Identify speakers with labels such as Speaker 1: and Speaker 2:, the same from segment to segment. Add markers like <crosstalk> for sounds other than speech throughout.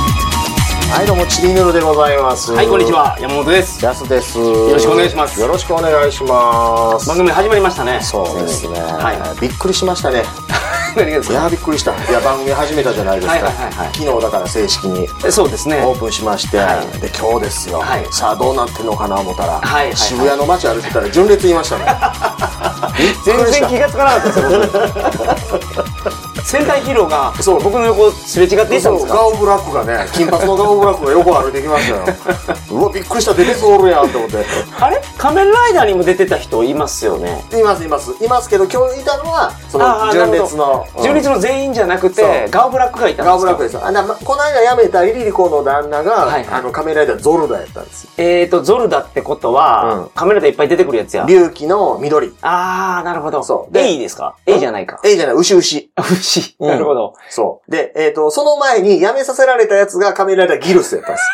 Speaker 1: はい、どうも、ちりぬるでございます。
Speaker 2: はい、こんにち。は、山本です。
Speaker 1: ジャスです。
Speaker 2: ろしくお願いします
Speaker 1: よろしくお願いします。
Speaker 2: 番組始まりましたね。
Speaker 1: そうですね、
Speaker 2: は
Speaker 1: びっくりしました
Speaker 2: <laughs>
Speaker 1: ね。
Speaker 2: い。何がです
Speaker 1: い
Speaker 2: か
Speaker 1: やー、びっくりした。いや、番組始めたじゃないですか。
Speaker 2: はいはいはいはい
Speaker 1: 昨日だから正式に。
Speaker 2: えそうですね。
Speaker 1: オープンしまして、
Speaker 2: はい
Speaker 1: で今日ですよ、
Speaker 2: はい
Speaker 1: さあどうなってんのかな思ったら、
Speaker 2: はいはい
Speaker 1: 渋谷の街歩いてたら純烈言いましたねびっく
Speaker 2: <laughs> 全
Speaker 1: りした
Speaker 2: 然気がつかなかったですよ。戦隊ヒーローが、
Speaker 1: そう
Speaker 2: 僕の横をすれ違っていたんです
Speaker 1: そう
Speaker 2: か
Speaker 1: ガオブラックがね金髪のガオブラックが横歩いてきま
Speaker 2: <laughs>
Speaker 1: したようわびっくりした出てそうおるやんと思って
Speaker 2: あれ仮面ライダーにも出てた人いますよね。
Speaker 1: いますいますいますけど今日いたのはその
Speaker 2: あーな
Speaker 1: 純
Speaker 2: るほど
Speaker 1: 烈のうん
Speaker 2: 純烈の全員じゃなく
Speaker 1: そう
Speaker 2: て、ガオブラックがいたんですか
Speaker 1: ガオブラックですあなまこの間辞めたリリリコの旦那が、
Speaker 2: はいはい
Speaker 1: あの仮面ライダーゾルダやったんですよ
Speaker 2: えーと、ゾルダってこと
Speaker 1: うん
Speaker 2: は、カメラでいっぱい出てくるやつや。
Speaker 1: 龍騎の緑
Speaker 2: あー、なるほど。
Speaker 1: そうで
Speaker 2: A ですか ?A じゃないか。
Speaker 1: ええじゃない牛牛
Speaker 2: <laughs> 牛。
Speaker 1: うん
Speaker 2: なるほど。
Speaker 1: そうでえっ、とその前に辞めさせられたやつが仮面ライダーギルスやったんです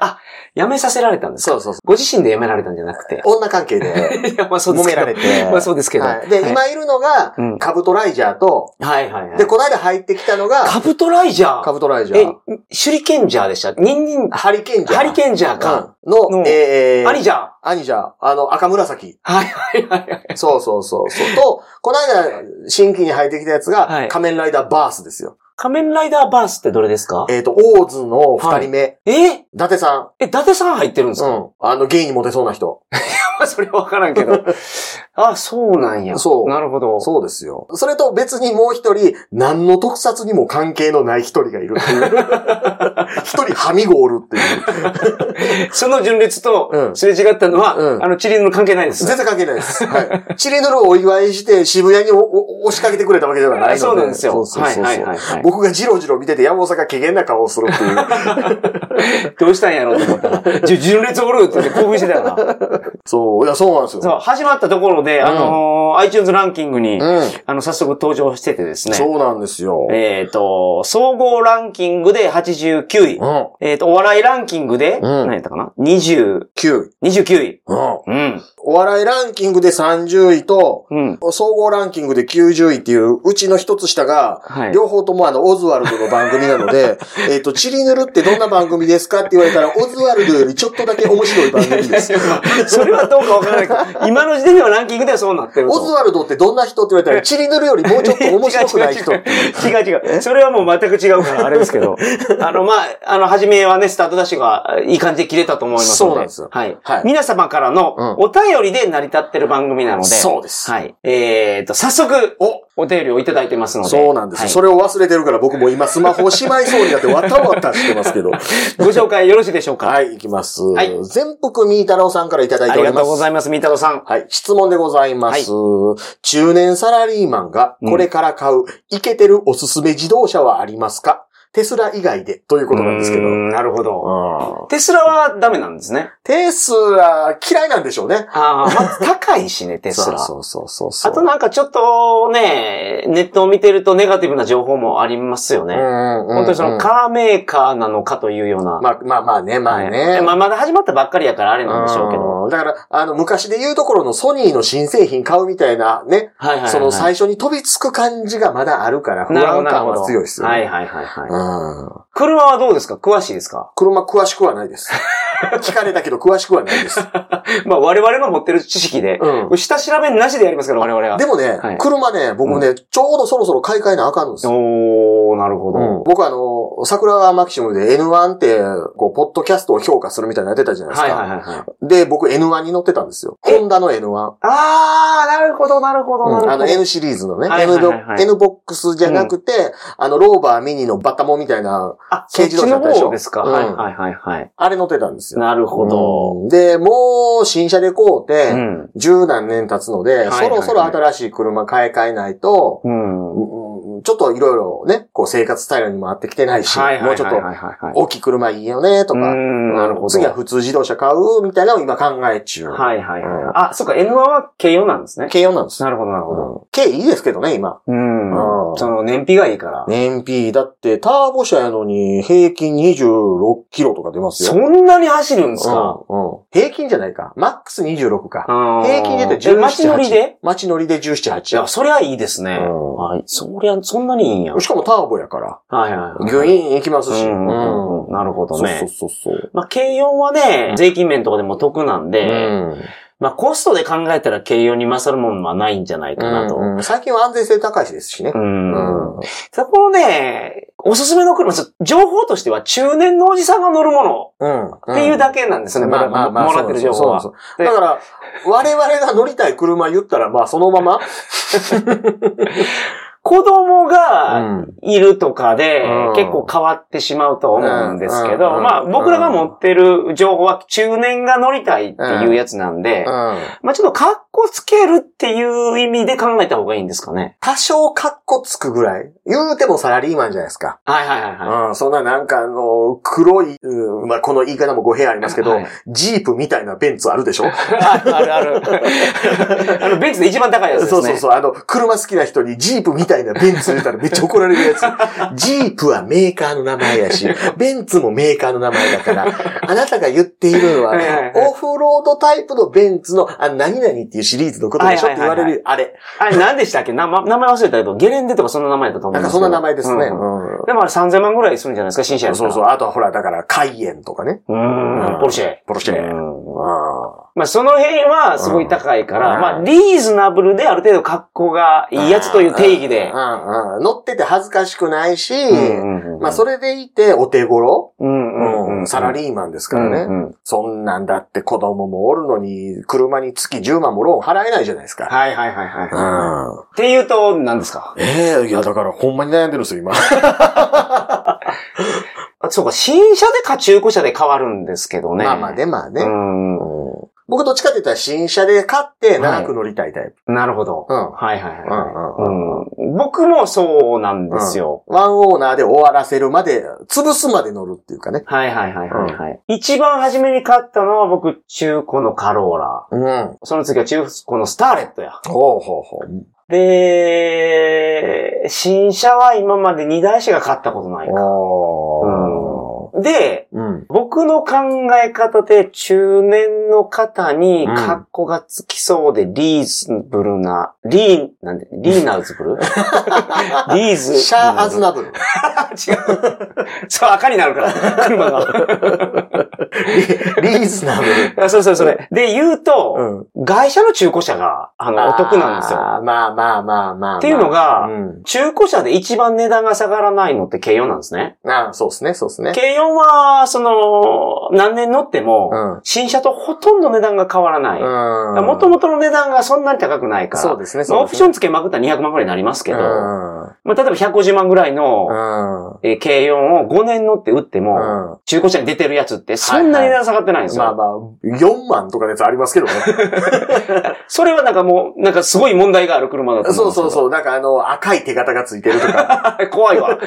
Speaker 2: あ、辞めさせられたんですか
Speaker 1: そうそうそ
Speaker 2: ご自身で辞められたんじゃなくて。
Speaker 1: 女関係で
Speaker 2: いや、まあ <laughs> そうで
Speaker 1: 揉
Speaker 2: す
Speaker 1: め
Speaker 2: け
Speaker 1: ら
Speaker 2: ど。
Speaker 1: れて
Speaker 2: <laughs> まあそうですけど。
Speaker 1: はいで、
Speaker 2: はい
Speaker 1: 今いるのが、
Speaker 2: うん
Speaker 1: カブトライジャーと
Speaker 2: はいはいはい。
Speaker 1: でこの間入ってきたのが
Speaker 2: カブトライジャー。
Speaker 1: カブトライジャ
Speaker 2: え
Speaker 1: ー、
Speaker 2: 手裏剣ジャーでした。ニンニン、
Speaker 1: ハリケーンジャー
Speaker 2: ハリケーンジャーか。
Speaker 1: うんの、
Speaker 2: の
Speaker 1: えー、
Speaker 2: アニジャー。
Speaker 1: アニジャー、あの、赤紫。
Speaker 2: はいはいはいはい。
Speaker 1: そうそうそうそう。と、この間、新規に入ってきたやつが、
Speaker 2: はい
Speaker 1: 仮面ライダーバースですよ。
Speaker 2: 仮面ライダーバースってどれですか
Speaker 1: えっ、と、オーズの二人目、
Speaker 2: え
Speaker 1: 伊達さ
Speaker 2: え、伊達さん入ってるんです
Speaker 1: ん。う
Speaker 2: か
Speaker 1: ん。あの、ゲイにモテそうな人。
Speaker 2: まあ <laughs> それはわからんけ
Speaker 1: <laughs>
Speaker 2: ど。あ、そうなんや。
Speaker 1: そう
Speaker 2: なるほど。
Speaker 1: そうですよ。それと別にもう一人、何の特撮にも関係のない一人がいるって
Speaker 2: <laughs>
Speaker 1: いう。一人ハミゴおるっていう。
Speaker 2: その順列
Speaker 1: う
Speaker 2: と
Speaker 1: ん
Speaker 2: すれ違ったのは、
Speaker 1: うん
Speaker 2: あの、チリの関係ないです。
Speaker 1: 全然関係ないです。はい。チリヌルをお祝いして渋谷におお押しかけてくれたわけではないので。
Speaker 2: そうなんですよ。
Speaker 1: そうそうそうそう
Speaker 2: はいはいはい、はい。
Speaker 1: 僕がジロジロ見てて山本さんが怪げな顔をするっていう。
Speaker 2: どうしたんやろうと思ったら、じゅ純烈おるって言って興奮してたから。
Speaker 1: そう、いや、そうなんですよ。
Speaker 2: そう、始まったところで、
Speaker 1: ん
Speaker 2: あのー iTunes ランキングに、
Speaker 1: うん。
Speaker 2: あの、早速登場しててですね。
Speaker 1: そうなんですよ。
Speaker 2: えっ、と、総合ランキングで89位。
Speaker 1: うん。
Speaker 2: えっ、と、お笑いランキングで、
Speaker 1: ん
Speaker 2: 何やったかな ?20、
Speaker 1: 9位。
Speaker 2: 29位。
Speaker 1: うん。
Speaker 2: うん。
Speaker 1: お笑いランキングで30位と、
Speaker 2: うん。
Speaker 1: 総合ランキングで90位っていう、うちの一つ下が、
Speaker 2: はい。
Speaker 1: 両方ともあの、オズワルドの番組なの
Speaker 2: <laughs>
Speaker 1: で、えっと、チリヌルってどんな番組ですかって言われたら、オズワルドよりちょっとだけ面白い番組です。
Speaker 2: <laughs> それはどうかわからないけど、今の時点ではランキングではそうなってると。
Speaker 1: オズワルドってどんな人って言われたら、チリヌルよりも
Speaker 2: <laughs>
Speaker 1: うちょっと面白くない人
Speaker 2: 違。う違う違う違う違う。それはもう全く違う <laughs> から、あれですけど。あの、まあ、あの、初めはね、スタートダッシュがいい感じで切れたと思いますの
Speaker 1: そ
Speaker 2: で。
Speaker 1: うなんですよ
Speaker 2: はい。
Speaker 1: はい
Speaker 2: 皆様からのお便りで成り立ってる番組なので。
Speaker 1: そうです
Speaker 2: はい。えーと、早速、
Speaker 1: お
Speaker 2: お便りをいただいてますので。
Speaker 1: そうなんです、
Speaker 2: はい
Speaker 1: それを忘れてるから僕も今スマホしまいそうになってわたわたしてますけど。
Speaker 2: ご紹介よろしいでしょうか。
Speaker 1: はい、いきます。
Speaker 2: はい
Speaker 1: 全福みーたろうさんからいただい
Speaker 2: あ
Speaker 1: てお
Speaker 2: り
Speaker 1: り
Speaker 2: が
Speaker 1: ま
Speaker 2: とう
Speaker 1: す。
Speaker 2: ございます、みーたろうさん。
Speaker 1: はい、質問でございます、中年サラリーマンがこれから買う、イケてるおすすめ自動車はありますかテスラ以外でということなんですけど
Speaker 2: う。ーんなるほど。
Speaker 1: うん
Speaker 2: テスラはダメなんですね。
Speaker 1: テスラ嫌いなんでしょうね。
Speaker 2: ああ、まず高いしね、テスラ。
Speaker 1: そうそうそうそうそう。
Speaker 2: あとなんかちょっとね、ネットを見てるとネガティブな情報もありますよね。本
Speaker 1: 本
Speaker 2: 当にそのカーメーカーなのかというような。
Speaker 1: まあまあまあね、まあ
Speaker 2: はい
Speaker 1: ね。
Speaker 2: まあまだ始まったばっかりやからあれなんでしょうけど。
Speaker 1: うんだから、あの、昔で言うところのソニーの新製品買うみたいなね、
Speaker 2: はいはいはい。
Speaker 1: その最初に飛びつく感じがまだあるから、不
Speaker 2: なるほど
Speaker 1: 安
Speaker 2: なる
Speaker 1: 感
Speaker 2: ほど
Speaker 1: は強いですよ、
Speaker 2: は
Speaker 1: ね
Speaker 2: いはいはいはい。
Speaker 1: うん
Speaker 2: 車はどうですか詳しいですか
Speaker 1: 車詳しくはない
Speaker 2: <laughs>
Speaker 1: です。聞かれたけど詳しくはないです。
Speaker 2: まあ我々の持ってる知識で、
Speaker 1: うん
Speaker 2: これ下調べなしでやりますから我々は。
Speaker 1: でもね、
Speaker 2: はい
Speaker 1: 車ね、僕ね、ちょうどそろそろ買い替えなあかんのですよ。
Speaker 2: おー、なるほど。
Speaker 1: うん僕あの、桜川マキシムで N1 って、こう、ポッドキャストを評価するみたいなのやってたじゃないです
Speaker 2: は
Speaker 1: か。
Speaker 2: いはいはいはい。
Speaker 1: で、僕 N1 に乗ってたんですよ。
Speaker 2: え
Speaker 1: ホンダの N1。
Speaker 2: あー、なるほどなるほどなるほ
Speaker 1: うん
Speaker 2: ど。
Speaker 1: あの N シリーズのね、
Speaker 2: はいはいはいはい
Speaker 1: N, ボックスじゃなくて、あのローバーミニのバタモンみたいな、
Speaker 2: あ、
Speaker 1: 軽
Speaker 2: そっ
Speaker 1: 自動
Speaker 2: ち
Speaker 1: 車
Speaker 2: の
Speaker 1: だったでしょ
Speaker 2: 方ですか。
Speaker 1: うん
Speaker 2: はいはいはいはい。
Speaker 1: あれ乗ってたんですよ。
Speaker 2: なるほど。
Speaker 1: うんで、もう新車で買うて、
Speaker 2: うん。
Speaker 1: 十何年経つので、
Speaker 2: いはいはい
Speaker 1: そろそろ新しい車買い替えないと、
Speaker 2: うん。
Speaker 1: うんうんちょっといろいろね、こう生活スタイルにも合ってきてないし、
Speaker 2: はいはい
Speaker 1: も
Speaker 2: は
Speaker 1: う
Speaker 2: い
Speaker 1: ちょっ
Speaker 2: はい
Speaker 1: と
Speaker 2: はいはい。
Speaker 1: 大きい車いいよね、とか、
Speaker 2: うーんなるほど
Speaker 1: 次は普通自動車買う、みたいなのを今考え中。
Speaker 2: はいはいはい。
Speaker 1: うん
Speaker 2: あ、そっか、N1 は軽4なんですね。
Speaker 1: 軽4なんです。
Speaker 2: なるほど、なるほど。
Speaker 1: 軽いいですけどね、今。
Speaker 2: うん
Speaker 1: うん
Speaker 2: その燃費がいいから。
Speaker 1: 燃費、だってターボ車やのに平均26キロとか出ますよ。
Speaker 2: そんなに走るんですか
Speaker 1: うんうん平均じゃないか。マックス26か。平
Speaker 2: 平
Speaker 1: 均で言うと
Speaker 2: え
Speaker 1: 17、
Speaker 2: 街乗りで
Speaker 1: 街乗りで17、
Speaker 2: いや、
Speaker 1: 8。
Speaker 2: そりゃいいですね。
Speaker 1: うん
Speaker 2: はい。そりゃ、そんなにいいんや。
Speaker 1: しかもターボやから。
Speaker 2: はいはいは
Speaker 1: ギ
Speaker 2: い。
Speaker 1: ュイーン行きますし。
Speaker 2: うんうんうんうんなるほどね。
Speaker 1: そうそうそうそう。
Speaker 2: まあ、軽4はね、税金面とかでも得なんで、
Speaker 1: うん
Speaker 2: まあ、コストで考えたら軽4に勝るものはないんじゃないかなと。
Speaker 1: うんうん最近は安全性高いしですしね
Speaker 2: う。ん。
Speaker 1: うん
Speaker 2: そこのね、おすすめの車、ちょっと情報としては中年のおじさんが乗るもの
Speaker 1: っ
Speaker 2: っていうだけなんですよね、まだもらってる情報は。。
Speaker 1: そうそうそうだから、我々が乗りたい車言ったら、まあそのまま。
Speaker 2: 子供が
Speaker 1: うん
Speaker 2: いるとかで
Speaker 1: うん
Speaker 2: 結構変わってしまうと思うんですけど、
Speaker 1: うん
Speaker 2: まあ
Speaker 1: うん
Speaker 2: 僕らが持ってる情報は中年が乗りたいっていうやつなんで、まあちょっとカッコつけるっていう意味で考えた方がいいんですかね。
Speaker 1: 多少カッコつくぐらい。言うてもサラリーマンじゃないですか。
Speaker 2: はいはいはいはい。
Speaker 1: うん、そんななんかあの、黒い、うんまあこの言い方も語弊ありますけど、
Speaker 2: はい
Speaker 1: ジープみたいなベンツあるでしょ
Speaker 2: あるあるあ <laughs> る。あの、ベンツで一番高いやつです
Speaker 1: そ
Speaker 2: ね。
Speaker 1: うそうそう。あの、車好きな人にジープみたいなベンツ言ったらめっちゃ怒られ
Speaker 2: <laughs>
Speaker 1: るやつ。ジープはメーカーの名前やし、ベンツもメーカーの名前だから、あなたが言っているのは
Speaker 2: はいはいはい、
Speaker 1: オフロードタイプのベンツの、あ、何々っていうシリーズのことでしょって言われる、あれ。
Speaker 2: あれ何でしたっけなま名前忘れたけど、ゲレンデとかそんな名前だと思
Speaker 1: な
Speaker 2: うんんで
Speaker 1: か
Speaker 2: すけ
Speaker 1: そん
Speaker 2: ど
Speaker 1: な名前ですね。
Speaker 2: うん
Speaker 1: うん
Speaker 2: でもあれ3000万ぐらいするんじゃないですか、新車やった
Speaker 1: そ
Speaker 2: ら
Speaker 1: うそう。あとはほら、だから、カイエンとかね。
Speaker 2: うーん、ポルシェ。
Speaker 1: ポルシェ
Speaker 2: うん
Speaker 1: あ
Speaker 2: まあその辺はすごい高いから、
Speaker 1: うん
Speaker 2: まあリーズナブルである程度格好がいいやつという定義で。
Speaker 1: あ乗ってて恥ずかしくないし、
Speaker 2: うん
Speaker 1: まあ、それでいて、お手頃、
Speaker 2: うんうんうん。
Speaker 1: サラリーマンですからね。
Speaker 2: うんうん
Speaker 1: そんなんだって子供もおるのに、車に月10万もローン払えないじゃないですか。
Speaker 2: はいはいはいはい。っていうと、何ですか
Speaker 1: うん。ええいや、だから、ほんまに悩んでるんですよ、今。
Speaker 2: あそうか、新車でか中古車で変わるんですけどね。
Speaker 1: <laughs> まあまあね、まあね。
Speaker 2: うん。
Speaker 1: うん僕どっちかって言ったら、新車で買って、長く乗りたいタイプ。
Speaker 2: なるほど。
Speaker 1: うん
Speaker 2: はいはいはい。
Speaker 1: うんうんうん
Speaker 2: うん僕もそうなんですよ。
Speaker 1: ワンオーナーで終わらせるまで、潰すまで乗るっていうかね。
Speaker 2: はいはいはいはいはい。一番初めに買ったのは僕、中古のカローラ。
Speaker 1: うん。
Speaker 2: その次は中古のスターレットや。
Speaker 1: ほうほうほう。
Speaker 2: で、新車は今まで2台しか買ったことないか。
Speaker 1: おー。
Speaker 2: で、
Speaker 1: うん。
Speaker 2: 僕の考え方で中年の方に格好がつきそうでリーズブルな、リー、なんで、リーナ <laughs> ーズ
Speaker 1: <laughs>
Speaker 2: ブルリーズ。
Speaker 1: シャア・アズナブル。
Speaker 2: <laughs> 違う。そう、赤になるから、車が。
Speaker 1: リリーズナブル。
Speaker 2: あそうそうそれ。で、言うと、
Speaker 1: ん。
Speaker 2: 外車の中古車が、あの、お得なんですよ。
Speaker 1: あー。まあまあまあまあ。
Speaker 2: っていうのが
Speaker 1: うん。
Speaker 2: 中古車で一番値段が下がらないのって軽4なんですね。
Speaker 1: あーそうですね、そうですね。
Speaker 2: 軽4は、その、何年乗っても、
Speaker 1: う
Speaker 2: 新車とほとんど値段が変わらない。
Speaker 1: ん。うん。
Speaker 2: もともとの値段がそんなに高くないから。
Speaker 1: そうですね、
Speaker 2: まあ
Speaker 1: そう
Speaker 2: オ
Speaker 1: で
Speaker 2: プ
Speaker 1: す
Speaker 2: シ
Speaker 1: ね。
Speaker 2: ョン付けまくったら200万くらいになりますけど、
Speaker 1: うん。
Speaker 2: まあ、例えば150万ぐらいの、
Speaker 1: うん。
Speaker 2: えー軽4を5年乗って売っても、
Speaker 1: うん
Speaker 2: 中古車に出てるやつってそんなに値段下がってないんですよ。
Speaker 1: まあまあ、4万とかのやつありますけどね。
Speaker 2: それはなんかもう、なんかすごい問題がある車だと思
Speaker 1: そううそう
Speaker 2: う
Speaker 1: そう。なんかあの、赤い手形がついてるとか、
Speaker 2: そう。 <laughs> 怖いわ。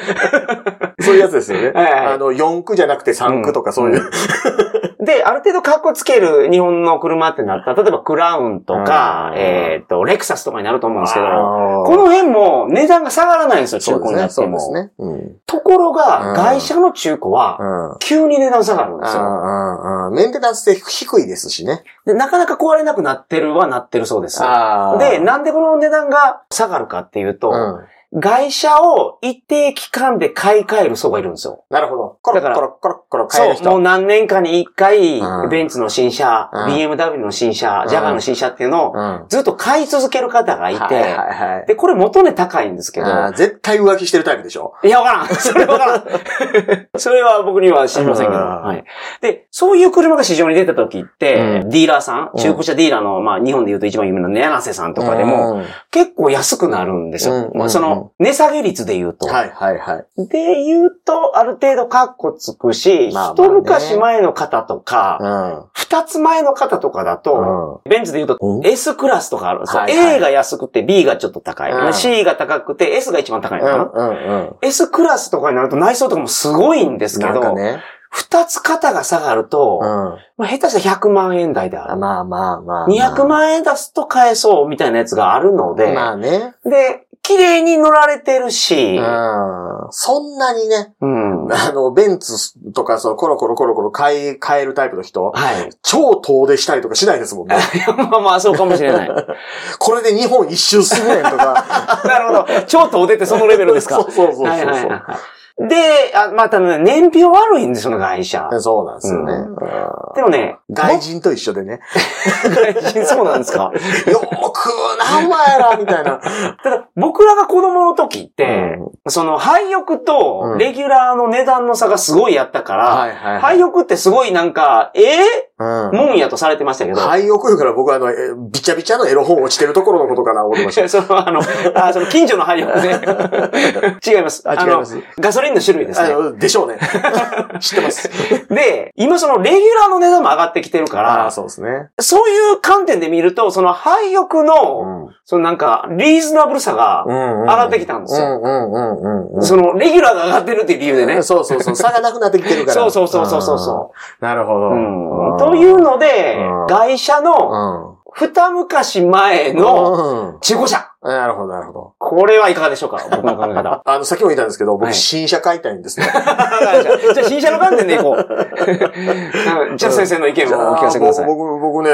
Speaker 1: そういうやつですよね。
Speaker 2: はいはい
Speaker 1: あの、4区じゃなくて3区とかそういう。
Speaker 2: で、ある程度カッコつける日本の車ってなったら、例えばクラウンとか、
Speaker 1: うん
Speaker 2: えっ、と、レクサスとかになると思うんですけど、こ
Speaker 1: こ
Speaker 2: の辺も値段が下がらないんですよ、中
Speaker 1: そうで
Speaker 2: 古に
Speaker 1: す
Speaker 2: な
Speaker 1: ね、
Speaker 2: って
Speaker 1: そうで
Speaker 2: も。
Speaker 1: すね。うん。
Speaker 2: ところが、
Speaker 1: うん
Speaker 2: 外車の中古は、
Speaker 1: うん。
Speaker 2: 急に値段下がるんですよ。
Speaker 1: ああ、メンテナンスって低いですしね。
Speaker 2: でなかなか壊れなくなってるはなってるそうです。
Speaker 1: あ
Speaker 2: で、、なんでこの値段が下がるかっていうと、
Speaker 1: うん。
Speaker 2: 外車を一定期間で買い替える層がいるんですよ。
Speaker 1: なるほど。コロ
Speaker 2: だか
Speaker 1: コ
Speaker 2: ら
Speaker 1: ロコロコロ変え
Speaker 2: そ
Speaker 1: る
Speaker 2: う、もう
Speaker 1: 人。
Speaker 2: 何年かに一回
Speaker 1: う、ん
Speaker 2: ベンツの新車、
Speaker 1: うん
Speaker 2: BMW の新車、
Speaker 1: うん
Speaker 2: ジャガーの新車っていうのを、
Speaker 1: ん。
Speaker 2: ずっと買い続ける方がいて、
Speaker 1: はいはいはい。
Speaker 2: で、これ元値高いんですけど、
Speaker 1: あー絶対浮気してるタイプでしょ。
Speaker 2: いや、わからん。 <laughs> それ
Speaker 1: <laughs>
Speaker 2: わからん。それは僕には知りませんけど。
Speaker 1: うん
Speaker 2: はい。で、そういう車が市場に出た時って、
Speaker 1: う
Speaker 2: ディーラーさん、
Speaker 1: うん
Speaker 2: 中古車ディーラーの、まあ、日本で言うと一番有名な柳瀬さんとかでも、
Speaker 1: うん、
Speaker 2: 結構安くなるんですよ。
Speaker 1: うん
Speaker 2: まあ、その、値下げ率で言うと。
Speaker 1: はいはいはい。
Speaker 2: で言うと、ある程度カッコつくし、
Speaker 1: まあまあね
Speaker 2: 一昔前の方とか、二つ前の方とかだと、
Speaker 1: ん。
Speaker 2: ベンツで言うと
Speaker 1: う、ん
Speaker 2: S クラスとかあるんですよ。
Speaker 1: はいはい
Speaker 2: A が安くて B がちょっと高い。
Speaker 1: うん
Speaker 2: C が高くて S が一番高いのかな。
Speaker 1: うんうん。
Speaker 2: S クラスとかになると内装とかもすごいんですけ
Speaker 1: なんか
Speaker 2: ど、
Speaker 1: ね。
Speaker 2: 二、つ肩が下がると、
Speaker 1: うん。
Speaker 2: まあ、下手したら100万円台である。
Speaker 1: まあまあまあ。
Speaker 2: 200万円出すと買えそうみたいなやつがあるので、
Speaker 1: まあね。
Speaker 2: で、綺麗に乗られてるし、
Speaker 1: うん。そんなにね、 <laughs>
Speaker 2: うん。は
Speaker 1: あの、ベンツとか、その、コロコロコロコロ変え、変えるタイプの人、
Speaker 2: い。 <laughs>
Speaker 1: 超遠出したりとかしないですもんね。
Speaker 2: まあまあ、そうかもしれ
Speaker 1: <laughs>
Speaker 2: ない。な
Speaker 1: これで日本一周するねんとか。
Speaker 2: <laughs> るほど。超遠出ってそのレベルですか。
Speaker 1: そうそうそうそうそう。
Speaker 2: はいはいはいはいで、あまたね、燃費悪いんですよ、その会社。
Speaker 1: そうなんですよね。
Speaker 2: うん
Speaker 1: うん
Speaker 2: でもね、
Speaker 1: 外人と一緒でね、
Speaker 2: 外人そうなんですか。
Speaker 1: よーくな、お前らみたいな。
Speaker 2: ただ、僕らが子供の時って、
Speaker 1: うん
Speaker 2: その、廃浴
Speaker 1: う
Speaker 2: と
Speaker 1: ん
Speaker 2: レギュラーの値段の差がすごいやったから、
Speaker 1: はいはいはい。
Speaker 2: 廃浴ってすごいなんか、ええ
Speaker 1: うん
Speaker 2: もんやとされてましたけど、
Speaker 1: 廃屋言うから僕はあの、えびちゃびちゃのエロ本落ちてるところのことかな、思ってまし
Speaker 2: <laughs> その、あの、あその近所の
Speaker 1: <laughs>
Speaker 2: 廃浴で。違います。
Speaker 1: た。あ、違い
Speaker 2: の
Speaker 1: ます。
Speaker 2: ガソリンの種類です
Speaker 1: あ
Speaker 2: ね。
Speaker 1: のでしょうね。 <laughs> 知ってます。
Speaker 2: で、今そのレギュラーの値段も上がってきてるか
Speaker 1: ああ、
Speaker 2: ら、
Speaker 1: そうですね。
Speaker 2: そういう観点で見ると、その廃浴
Speaker 1: う
Speaker 2: の、
Speaker 1: ん。うん
Speaker 2: そのなんか、リーズナブルさが
Speaker 1: 上
Speaker 2: 上がってきたんです
Speaker 1: う
Speaker 2: よ。
Speaker 1: んうんうんうんうん。
Speaker 2: その、レギュラーが上がってるっていう理由でね。
Speaker 1: そうそうそう。差がなくなってきてるから。
Speaker 2: そうそうそうそうそうそ
Speaker 1: うん。なるほど。
Speaker 2: う。
Speaker 1: う
Speaker 2: うんん、というので
Speaker 1: うん、
Speaker 2: 外車の
Speaker 1: う
Speaker 2: 二昔前の
Speaker 1: ん。うん。
Speaker 2: 中古車。
Speaker 1: なるほど、なるほど。。
Speaker 2: これはいかがでしょうか僕の考え
Speaker 1: <laughs>
Speaker 2: 方 <laughs>
Speaker 1: あの、さっきも言ったんですけど、
Speaker 2: は
Speaker 1: 僕、
Speaker 2: い
Speaker 1: 新車買いたいん <laughs> ですね。
Speaker 2: じゃあ、新車の観点でいこううん。じゃあ、先生の意見
Speaker 1: じゃ
Speaker 2: をお
Speaker 1: あ
Speaker 2: 聞かせください。
Speaker 1: 僕、僕僕ね、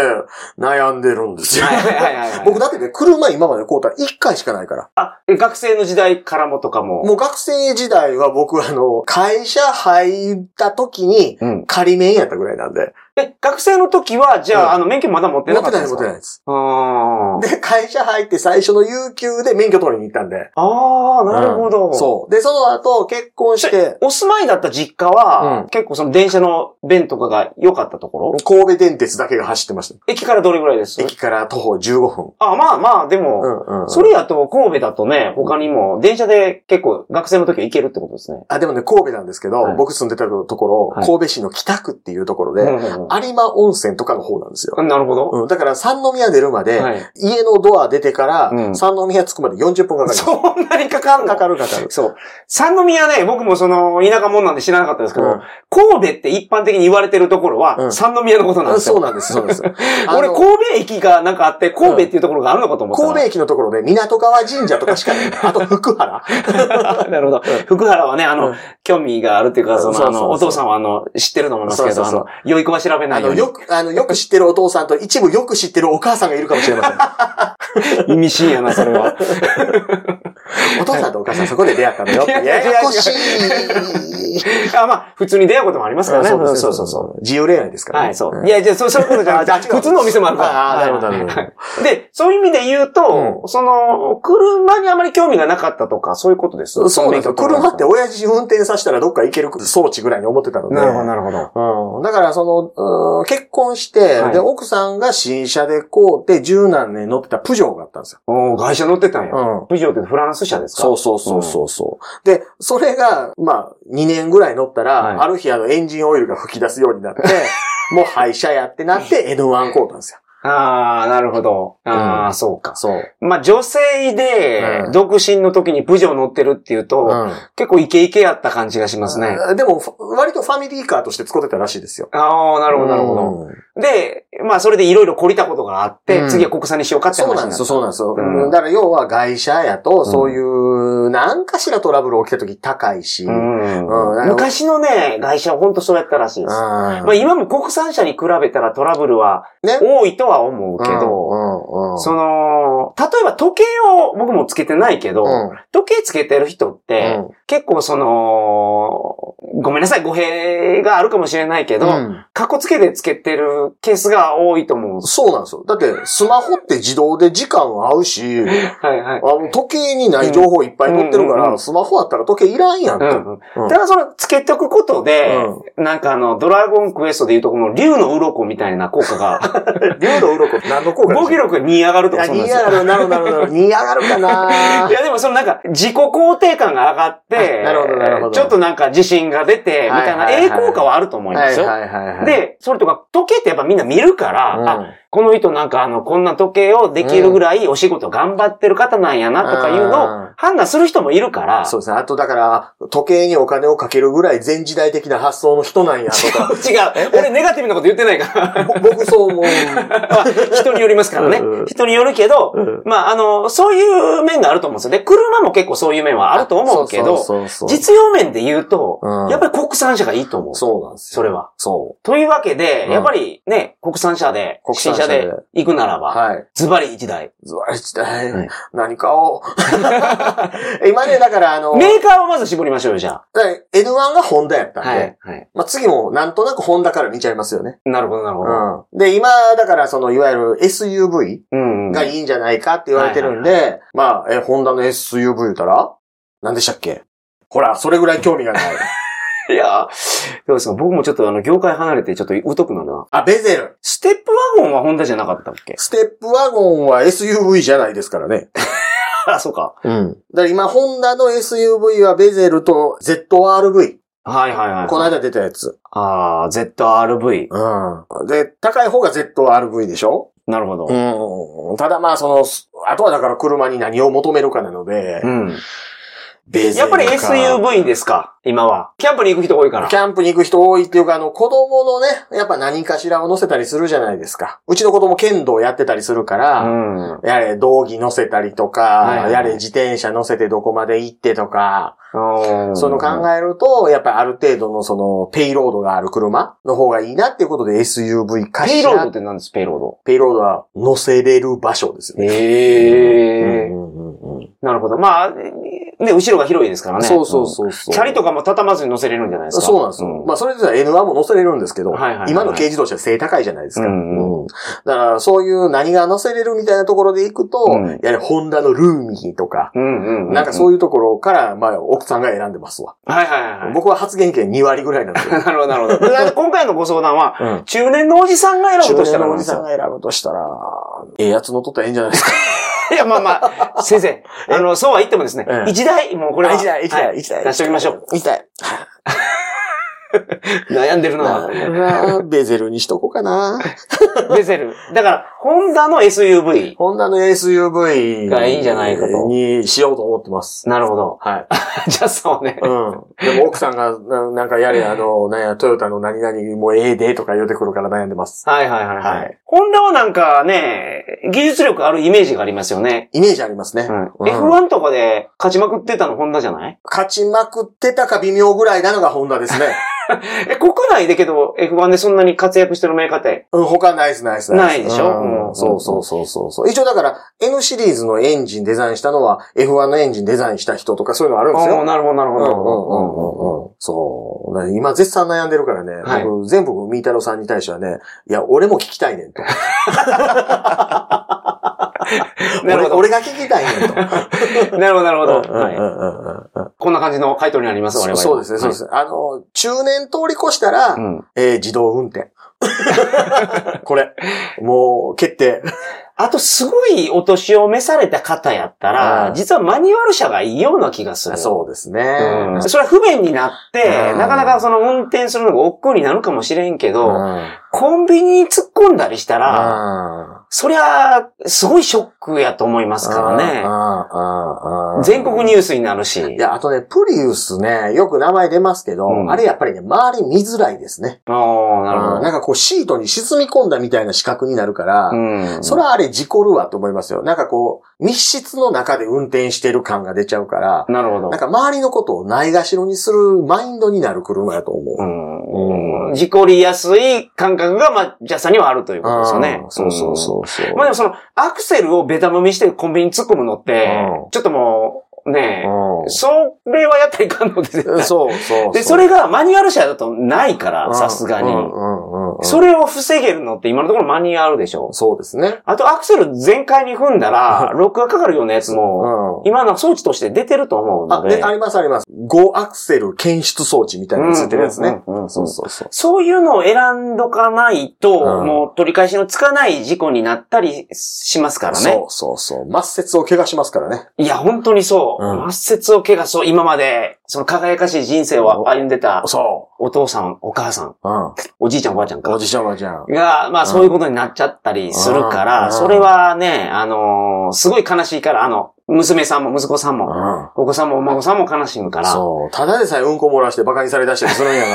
Speaker 1: 悩んでるんですよ。
Speaker 2: はいはいはいはい
Speaker 1: 僕だってね、車今まで買うたら1回しかないから。
Speaker 2: 学生の時代からもとかも。
Speaker 1: もう学生時代は僕、あの、会社入った時に、
Speaker 2: うん。
Speaker 1: 仮免やったぐらいなんで。
Speaker 2: え、学生の時は、じゃあ、
Speaker 1: うん
Speaker 2: あの、免許まだ持って
Speaker 1: 持
Speaker 2: な
Speaker 1: っ
Speaker 2: か
Speaker 1: て
Speaker 2: った
Speaker 1: なんい、持っ
Speaker 2: ですか
Speaker 1: てないです。
Speaker 2: あー
Speaker 1: で、会社入って最初の有給で免許取りに行ったんで。
Speaker 2: あー、なるほど。
Speaker 1: うんそう。で、その後、結婚して、
Speaker 2: お住まいだった実家は、
Speaker 1: うん
Speaker 2: 結構その電車の便とかが良かったところ
Speaker 1: 神戸電鉄だけが走ってまし
Speaker 2: 駅からどれぐらいです
Speaker 1: た。駅から徒歩15分。
Speaker 2: あ、まあまあ、でも、
Speaker 1: うんうん。
Speaker 2: それやと神戸だとね、他にも電車で結構学生の時は行けるってことですね。
Speaker 1: あ、でもね、神戸なんですけど、
Speaker 2: はい
Speaker 1: 僕住んでたところ、
Speaker 2: はい
Speaker 1: 神戸市の北区っていうところで、
Speaker 2: うんうん
Speaker 1: 有馬温泉とかの方なんですよ。
Speaker 2: うんなるほど。
Speaker 1: うん、だから三宮出るまで、
Speaker 2: はい。
Speaker 1: 家のドア出てから、
Speaker 2: うん
Speaker 1: 三宮着くまで40分かかる。
Speaker 2: <laughs> そんなにかかんの
Speaker 1: かかるかかる。
Speaker 2: そう。三宮ね、僕もその、田舎者なんで知らなかったですけど、
Speaker 1: うん
Speaker 2: 神戸って一般的に言われてるところ
Speaker 1: う
Speaker 2: は、
Speaker 1: ん
Speaker 2: 三宮のことなん
Speaker 1: あ
Speaker 2: です
Speaker 1: そう
Speaker 2: よ。
Speaker 1: なんです、そうなん
Speaker 2: <laughs>
Speaker 1: です。あの
Speaker 2: 俺、神戸駅がなんかあって、神戸っていうところがあるのかと思ったら。
Speaker 1: 神戸駅のところで、港川神社とかしかない。あと、福原。
Speaker 2: <laughs> なるほど。福原はね、あの、
Speaker 1: うん
Speaker 2: 興味があるっていうか、その、
Speaker 1: そうそうそう
Speaker 2: あの、お父さんはあの、知ってると思いますけど、
Speaker 1: そうそうそう
Speaker 2: あの、良い子は調べな
Speaker 1: あ
Speaker 2: いよ
Speaker 1: の、
Speaker 2: うに。
Speaker 1: よく、あの、よく知ってるお父さんと、一部よく知ってるお母さんがいるかもしれ
Speaker 2: <laughs>
Speaker 1: ません。
Speaker 2: 意味深やな、それ
Speaker 1: <laughs>
Speaker 2: は。
Speaker 1: お父さんとお母さんそこで出会ったのよ。
Speaker 2: いや
Speaker 1: や
Speaker 2: いやいや
Speaker 1: やこしい。
Speaker 2: あ、まあ、普通に出会うこともありますからね。
Speaker 1: です
Speaker 2: そうそうそう。
Speaker 1: う。自由恋愛ですからね。
Speaker 2: はい、そう。
Speaker 1: ん
Speaker 2: いや、じゃあ、そうそういうことじゃな
Speaker 1: あ
Speaker 2: く
Speaker 1: 違
Speaker 2: て、
Speaker 1: う
Speaker 2: 普通のお店もあるから。
Speaker 1: あーなるほどなるほど
Speaker 2: ど。で、そういう意味で言うと、その、車にあまり興味がなかったとか、そういうことです。
Speaker 1: そうなんですよ。
Speaker 2: 免許取ら
Speaker 1: 車
Speaker 2: な
Speaker 1: っ
Speaker 2: か
Speaker 1: て親父運転させたらどっか行ける装置ぐらいに思ってたので。
Speaker 2: なるほど、なるほど。
Speaker 1: うん。だから、その、うん結婚して、
Speaker 2: はい
Speaker 1: で、奥さんが新車でこうって、十何年乗ってたプジョーがあったんですよ。
Speaker 2: おー外車乗ってたんや。
Speaker 1: うん。
Speaker 2: プジョーってフランス車ですか
Speaker 1: そうそうそうそうそう、で、それが、まあ、2年ぐらい乗ったら、
Speaker 2: はい
Speaker 1: ある日あの、エンジンオイルが吹き出すようにな
Speaker 2: <laughs>
Speaker 1: って、もう廃車やってなって N1 コートなんですよ。
Speaker 2: ああ、なるほど。ああ、
Speaker 1: う
Speaker 2: そうか。
Speaker 1: そう。
Speaker 2: まあ、女性で
Speaker 1: う、ん
Speaker 2: 独身の時にプジョー乗ってるっていうと、
Speaker 1: うん。
Speaker 2: 結構イケイケやった感じがしますね。
Speaker 1: でも、ふ割とファミリーカーとして使ってたらしいですよ。
Speaker 2: ああ、なるほど、なるほど。
Speaker 1: ど。
Speaker 2: で、まあ、それでいろいろ懲りたことがあって、
Speaker 1: うん
Speaker 2: 次は国産にしようかって話
Speaker 1: そう
Speaker 2: に
Speaker 1: な
Speaker 2: なんっ
Speaker 1: です
Speaker 2: た。
Speaker 1: よ、そうなんですよ。
Speaker 2: うん
Speaker 1: だから要は外車やと、そういう、なんかしらトラブル起きた時高いし、うん
Speaker 2: うん昔のね、会社は本当そうやったらしいです。まあ、
Speaker 1: ま
Speaker 2: 今も国産車に比べたらトラブルは
Speaker 1: ね
Speaker 2: 多いとは思うけど、
Speaker 1: ど
Speaker 2: その、例えば時計を僕もつけてないけど、時計つけてる人って、結構その、ごめんなさい、語弊があるかもしれないけど、カッコつけてつけてるケースが多いと思うんです。
Speaker 1: そうなんですよ。だって、スマホって自動で時間合うし、
Speaker 2: <laughs> はいは
Speaker 1: あ
Speaker 2: い。
Speaker 1: の、時計にない情報いっぱい載ってるか
Speaker 2: うんうんうん
Speaker 1: ら、スマホあったら時計いらんやん
Speaker 2: う
Speaker 1: と。
Speaker 2: んうん
Speaker 1: うん
Speaker 2: ただその、つけておくことで、
Speaker 1: う
Speaker 2: なんかあの、ドラゴンクエストでいうとこの竜の鱗みたいな効果が、
Speaker 1: 竜の鱗何の効果
Speaker 2: 語
Speaker 1: で
Speaker 2: 彙
Speaker 1: しょ
Speaker 2: 力が2上がると
Speaker 1: い
Speaker 2: か
Speaker 1: や、
Speaker 2: そうなん
Speaker 1: 似
Speaker 2: ですよ
Speaker 1: 上がる、なるなるなる。似上がるか
Speaker 2: <laughs>
Speaker 1: ない
Speaker 2: やでもそのなんか自己肯定感が上がって、
Speaker 1: あなるほどなるほど
Speaker 2: ちょっとなんか自信が出て、み
Speaker 1: はい
Speaker 2: たいな、
Speaker 1: はいはい
Speaker 2: 栄効果はあると思いますよ。
Speaker 1: いはいは、
Speaker 2: で、それとか、時計ってやっぱみんな見るから、
Speaker 1: うん
Speaker 2: あ、この人なんかあの、こんな時計をできるぐらいお仕事頑張ってる方なんやなとかいうのを
Speaker 1: うん
Speaker 2: 判断する人もいるから、
Speaker 1: そうですね。あとだから、時計にお金をかけるぐらい全時代的な発想の人なんやと
Speaker 2: <laughs>
Speaker 1: か。
Speaker 2: 違う。俺ネガティブなこと言ってないから。 <laughs>
Speaker 1: ぼ僕そう思う。
Speaker 2: まあ人によりますからね
Speaker 1: うん。
Speaker 2: 人によるけど
Speaker 1: うん、
Speaker 2: まあ、あの、そういう面があると思うんですよ。で、車も結構そういう面はあると思うけど、
Speaker 1: そうそうそうそう
Speaker 2: 実用面で言うと、
Speaker 1: うん
Speaker 2: やっぱり国産車がいいと思う。
Speaker 1: そうなんですよ。
Speaker 2: それは。
Speaker 1: そう。
Speaker 2: というわけで、
Speaker 1: うん
Speaker 2: やっぱりね、国産車で、
Speaker 1: 国
Speaker 2: 新
Speaker 1: 産車
Speaker 2: 車車で行くならば、
Speaker 1: はい。
Speaker 2: ズバリ一台。
Speaker 1: ズワイチだ
Speaker 2: はい
Speaker 1: い。何かを。 <laughs> 今ね、だからあの、
Speaker 2: メーカーをまず絞りましょうよ、じゃあ。
Speaker 1: だから N1 がホンダやったんで、
Speaker 2: はい。はい。
Speaker 1: まあ次もなんとなくホンダから見ちゃいますよね。
Speaker 2: なるほど、なるほど。
Speaker 1: うん。で、今、だからその、いわゆる SUV
Speaker 2: うんうん。
Speaker 1: がいいんじゃないかって言われてるん
Speaker 2: は
Speaker 1: で、まあ、え、ホンダの SUV 言うたら何でしたっけほら、それぐらい興味がない。
Speaker 2: いやーどうですか僕もちょっとあの、業界離れてちょっと疎くなるな。
Speaker 1: あ、ベゼル。
Speaker 2: ステップワゴンはホンダじゃなかったっけ <laughs>
Speaker 1: ステップワゴンは SUV じゃないですからね。
Speaker 2: あ、そうか。
Speaker 1: うん。だから今、ホンダの SUV はベゼルと ZRV。
Speaker 2: はいはいはい。
Speaker 1: この間出たやつ。
Speaker 2: ああ、ZRV。
Speaker 1: うん。で、高い方が ZRV でしょ
Speaker 2: なるほど。
Speaker 1: うん。ただまあ、その、あとはだから車に何を求めるかなので、
Speaker 2: うん。
Speaker 1: ベゼ
Speaker 2: やっ
Speaker 1: ル
Speaker 2: ぱ
Speaker 1: か。
Speaker 2: り SUV ですか今は。キャンプに行く人多いから
Speaker 1: キ。ャンプに行く人多いっていうか、あの、子供のね、やっぱ何かしらを乗せたりするじゃないですか。うちの子供剣道やってたりするか
Speaker 2: う
Speaker 1: ら、
Speaker 2: ん。
Speaker 1: やれ、道着乗せたりとか、
Speaker 2: はいはい
Speaker 1: やれ、自転車乗せてどこまで行ってとか、
Speaker 2: うん
Speaker 1: その考えると、やっぱりある程度のその、ペイロードがある車の方がいいなっていうことで SUV 化
Speaker 2: ペイ
Speaker 1: し。
Speaker 2: ロードったて何ですペイロ
Speaker 1: ペイロードは乗せれる場所です
Speaker 2: ード。
Speaker 1: ね。
Speaker 2: ええ。
Speaker 1: うんうんうんうん
Speaker 2: なるほど。まあ、ね、後ろが広いですからね。
Speaker 1: そうそうそうそう。
Speaker 2: キャリとかも畳まずに乗せれるんじゃないですか。
Speaker 1: そうなんですよ。まあ、それでは N1 も乗せれるんですけど、
Speaker 2: はいはいはいはい
Speaker 1: 今の軽自動車性高いじゃないですか。
Speaker 2: うんうん
Speaker 1: うんだから、そういう何が乗せれるみたいなところで行くと、
Speaker 2: うん
Speaker 1: やはりホンダのルーミーとか、
Speaker 2: うんうんうん。
Speaker 1: なんか
Speaker 2: う
Speaker 1: そういうところから、まあ、奥さんが選んでますわ。
Speaker 2: ん。はいはいはいはい。
Speaker 1: 僕は発言権2割ぐらいなんですよ。
Speaker 2: なるほど、なるほど。であの今回のご相談は、
Speaker 1: うん。
Speaker 2: 中年のおじさんが選ぶとしたら
Speaker 1: の
Speaker 2: な
Speaker 1: お
Speaker 2: んで
Speaker 1: じ
Speaker 2: す
Speaker 1: さん
Speaker 2: よ。
Speaker 1: が選ぶとしたら、ええやつ乗っとったらええんじゃないですか。
Speaker 2: いや、まあま
Speaker 1: <laughs>
Speaker 2: あ、先生、あの、そうは言ってもですね
Speaker 1: う、ん
Speaker 2: 一台、もうこれは、
Speaker 1: 一台、一
Speaker 2: は
Speaker 1: 台、
Speaker 2: い
Speaker 1: 一台。
Speaker 2: <laughs> 出しておきましょう。。
Speaker 1: 一台。
Speaker 2: 悩んで
Speaker 1: <laughs>
Speaker 2: るな
Speaker 1: な
Speaker 2: <laughs>
Speaker 1: あベゼルにしとこうかな。
Speaker 2: ベゼル。だから、ホンダの SUV。
Speaker 1: ホンダの SUV
Speaker 2: がいいんじゃないかと
Speaker 1: にしようと思ってます。
Speaker 2: なるほど。
Speaker 1: はい。
Speaker 2: <laughs> じゃあそうね。
Speaker 1: うん。でも奥さんが、ななんかやれ、あの、なんや、トヨタの何々もうええでとか言うてくるから悩んでます。
Speaker 2: はいはいはい。は
Speaker 1: はいい、
Speaker 2: ホンダはなんかね、技術力あるイメージがありますよね。
Speaker 1: イメージありますね。うん
Speaker 2: F1 とかで勝ちまくってたのホンダじゃない
Speaker 1: 勝ちまくってたか微妙ぐらいなのがホンダですね。
Speaker 2: え、国内だけど F1 でそんなに活躍してるメーカーって。
Speaker 1: うん、他ナイスナイスナイス。
Speaker 2: ないでしょ
Speaker 1: うん
Speaker 2: うん
Speaker 1: そうそうそうそうそう。一応だから、N シリーズのエンジンデザインしたのは、F1 のエンジンデザインした人とかそういうのあるんです
Speaker 2: おー
Speaker 1: よ。
Speaker 2: なるほどなる
Speaker 1: う
Speaker 2: ほ
Speaker 1: んうんう
Speaker 2: どなんるほ
Speaker 1: う
Speaker 2: ど。
Speaker 1: んうん。そう。だから今絶賛悩んでるからね、
Speaker 2: はい
Speaker 1: 僕、全部、みーたろさんに対してはね、いや、俺も聞きたいねんと。
Speaker 2: なるほど
Speaker 1: 俺俺が聞きたいねんと。
Speaker 2: なるほどなるほど。
Speaker 1: うんうん
Speaker 2: はい
Speaker 1: うんうんうん
Speaker 2: こんな感じの回答になります、我
Speaker 1: そう
Speaker 2: 々は。
Speaker 1: そうですね、そうですね。あの、中年通り越したら、
Speaker 2: はいうん。
Speaker 1: えー自動運転。 <laughs> これ、もう、決定。
Speaker 2: あと、すごいお年を召された方やった
Speaker 1: う
Speaker 2: ら、
Speaker 1: ん
Speaker 2: 実はマニュアル車がいいような気がする。
Speaker 1: そうですね。
Speaker 2: うんそれは不便になって、
Speaker 1: うん
Speaker 2: なかなかその運転するのが億劫になるかもしれんけ
Speaker 1: う
Speaker 2: ど、
Speaker 1: ん
Speaker 2: コンビニに突っ込んだりしたら、
Speaker 1: あ
Speaker 2: そりゃ、すごいショックやと思いますから
Speaker 1: ね
Speaker 2: ね。全国ニュースになるし。
Speaker 1: いや、あとね、プリウスね、よく名前出ますけど、
Speaker 2: うん
Speaker 1: あれやっぱりね、周り見づらいですね。
Speaker 2: ああ、なる
Speaker 1: うん
Speaker 2: ほど。
Speaker 1: なんかこう、シートに沈み込んだみたいな視覚になるから、
Speaker 2: うん
Speaker 1: それはあれ事故るわと思いますよ。なんかこう、密室の中で運転してる感が出ちゃうから、
Speaker 2: なるほど
Speaker 1: なん。か周りのことをないがしろにするマインドになる車やと思う。
Speaker 2: うん
Speaker 1: うん
Speaker 2: 事故りやすい感覚が、まあ、ジャスさんにはあるということですよね
Speaker 1: あ。ーそうそうそうそう。
Speaker 2: うん。まあでもその、アクセルをベタ踏みしてコンビニに突っ込むのって
Speaker 1: う、ん
Speaker 2: ちょっともう、ね
Speaker 1: うん
Speaker 2: それはやったらいかんので、絶対。
Speaker 1: そうそうう。
Speaker 2: で、それがマニュアル車だとないか
Speaker 1: う
Speaker 2: ら、
Speaker 1: ん、
Speaker 2: さすがに
Speaker 1: う。んうんうん
Speaker 2: それを防げるのって今のところマニュアルでしょ
Speaker 1: そうですね。
Speaker 2: あとアクセル全開に踏んだら、ロックがかかるようなやつ
Speaker 1: う
Speaker 2: も、
Speaker 1: ん。
Speaker 2: 今の装置として出てると思う
Speaker 1: あ、
Speaker 2: の
Speaker 1: ね、
Speaker 2: で
Speaker 1: あ。りますあります。5アクセル検出装置みたいなのついてるやつね。
Speaker 2: うんうんうんうん
Speaker 1: そうそうそう。
Speaker 2: そういうのを選んどかないと、
Speaker 1: うん
Speaker 2: もう取り返しのつかない事故になったりしますからね
Speaker 1: そ。うそうそう。末節を怪我しますからね。
Speaker 2: いや、本当にそう。
Speaker 1: うん
Speaker 2: 末節を怪我そう。今まで、その輝かしい人生を歩んでた、
Speaker 1: そ
Speaker 2: お父さん、お母さん、
Speaker 1: う。うん。
Speaker 2: おじいちゃん、おばあちゃんか
Speaker 1: お。じちゃんおばあちゃん。
Speaker 2: が、まあそういうことになっちゃったりするから、
Speaker 1: うん
Speaker 2: それはね、あのーすごい悲しいから、あの、娘さんも息子さんも、
Speaker 1: うん。
Speaker 2: お子さんもお孫さんも悲しむから、
Speaker 1: <laughs> そう。ただでさえうんこ漏らして馬鹿にされ出したりするんやか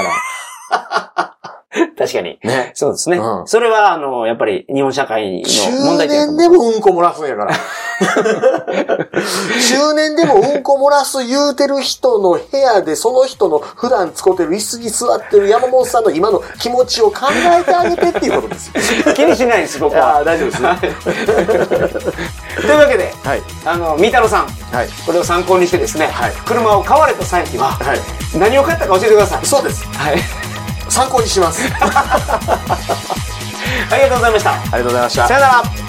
Speaker 1: ら。
Speaker 2: <laughs> 確かに。
Speaker 1: ね。
Speaker 2: そうですね。
Speaker 1: うん
Speaker 2: それは、あの、やっぱり日本社会の
Speaker 1: 中
Speaker 2: 問題点
Speaker 1: 年
Speaker 2: だ
Speaker 1: でもうんこ漏らすんやから。 <laughs> 中年でもうんこ漏らす言うてる人の部屋で、その人の普段使ってる椅子に座ってる山本さんの今の気持ちを考えてあげてっていうことですよ。
Speaker 2: と思う。気にしないです、僕
Speaker 1: あ
Speaker 2: は。
Speaker 1: あ、大丈夫ですね。 <laughs>
Speaker 2: はいというわけで、
Speaker 1: はい。
Speaker 2: あの、三太郎さん、
Speaker 1: はい。
Speaker 2: これを参考にしてですね、
Speaker 1: はい
Speaker 2: 車を買われた際には、
Speaker 1: はい。
Speaker 2: 何を買ったか教えてください。
Speaker 1: そうです。
Speaker 2: はい。
Speaker 1: 参考にします。あり
Speaker 2: ありがとうございました。
Speaker 1: がとうございました
Speaker 2: さ。よなら。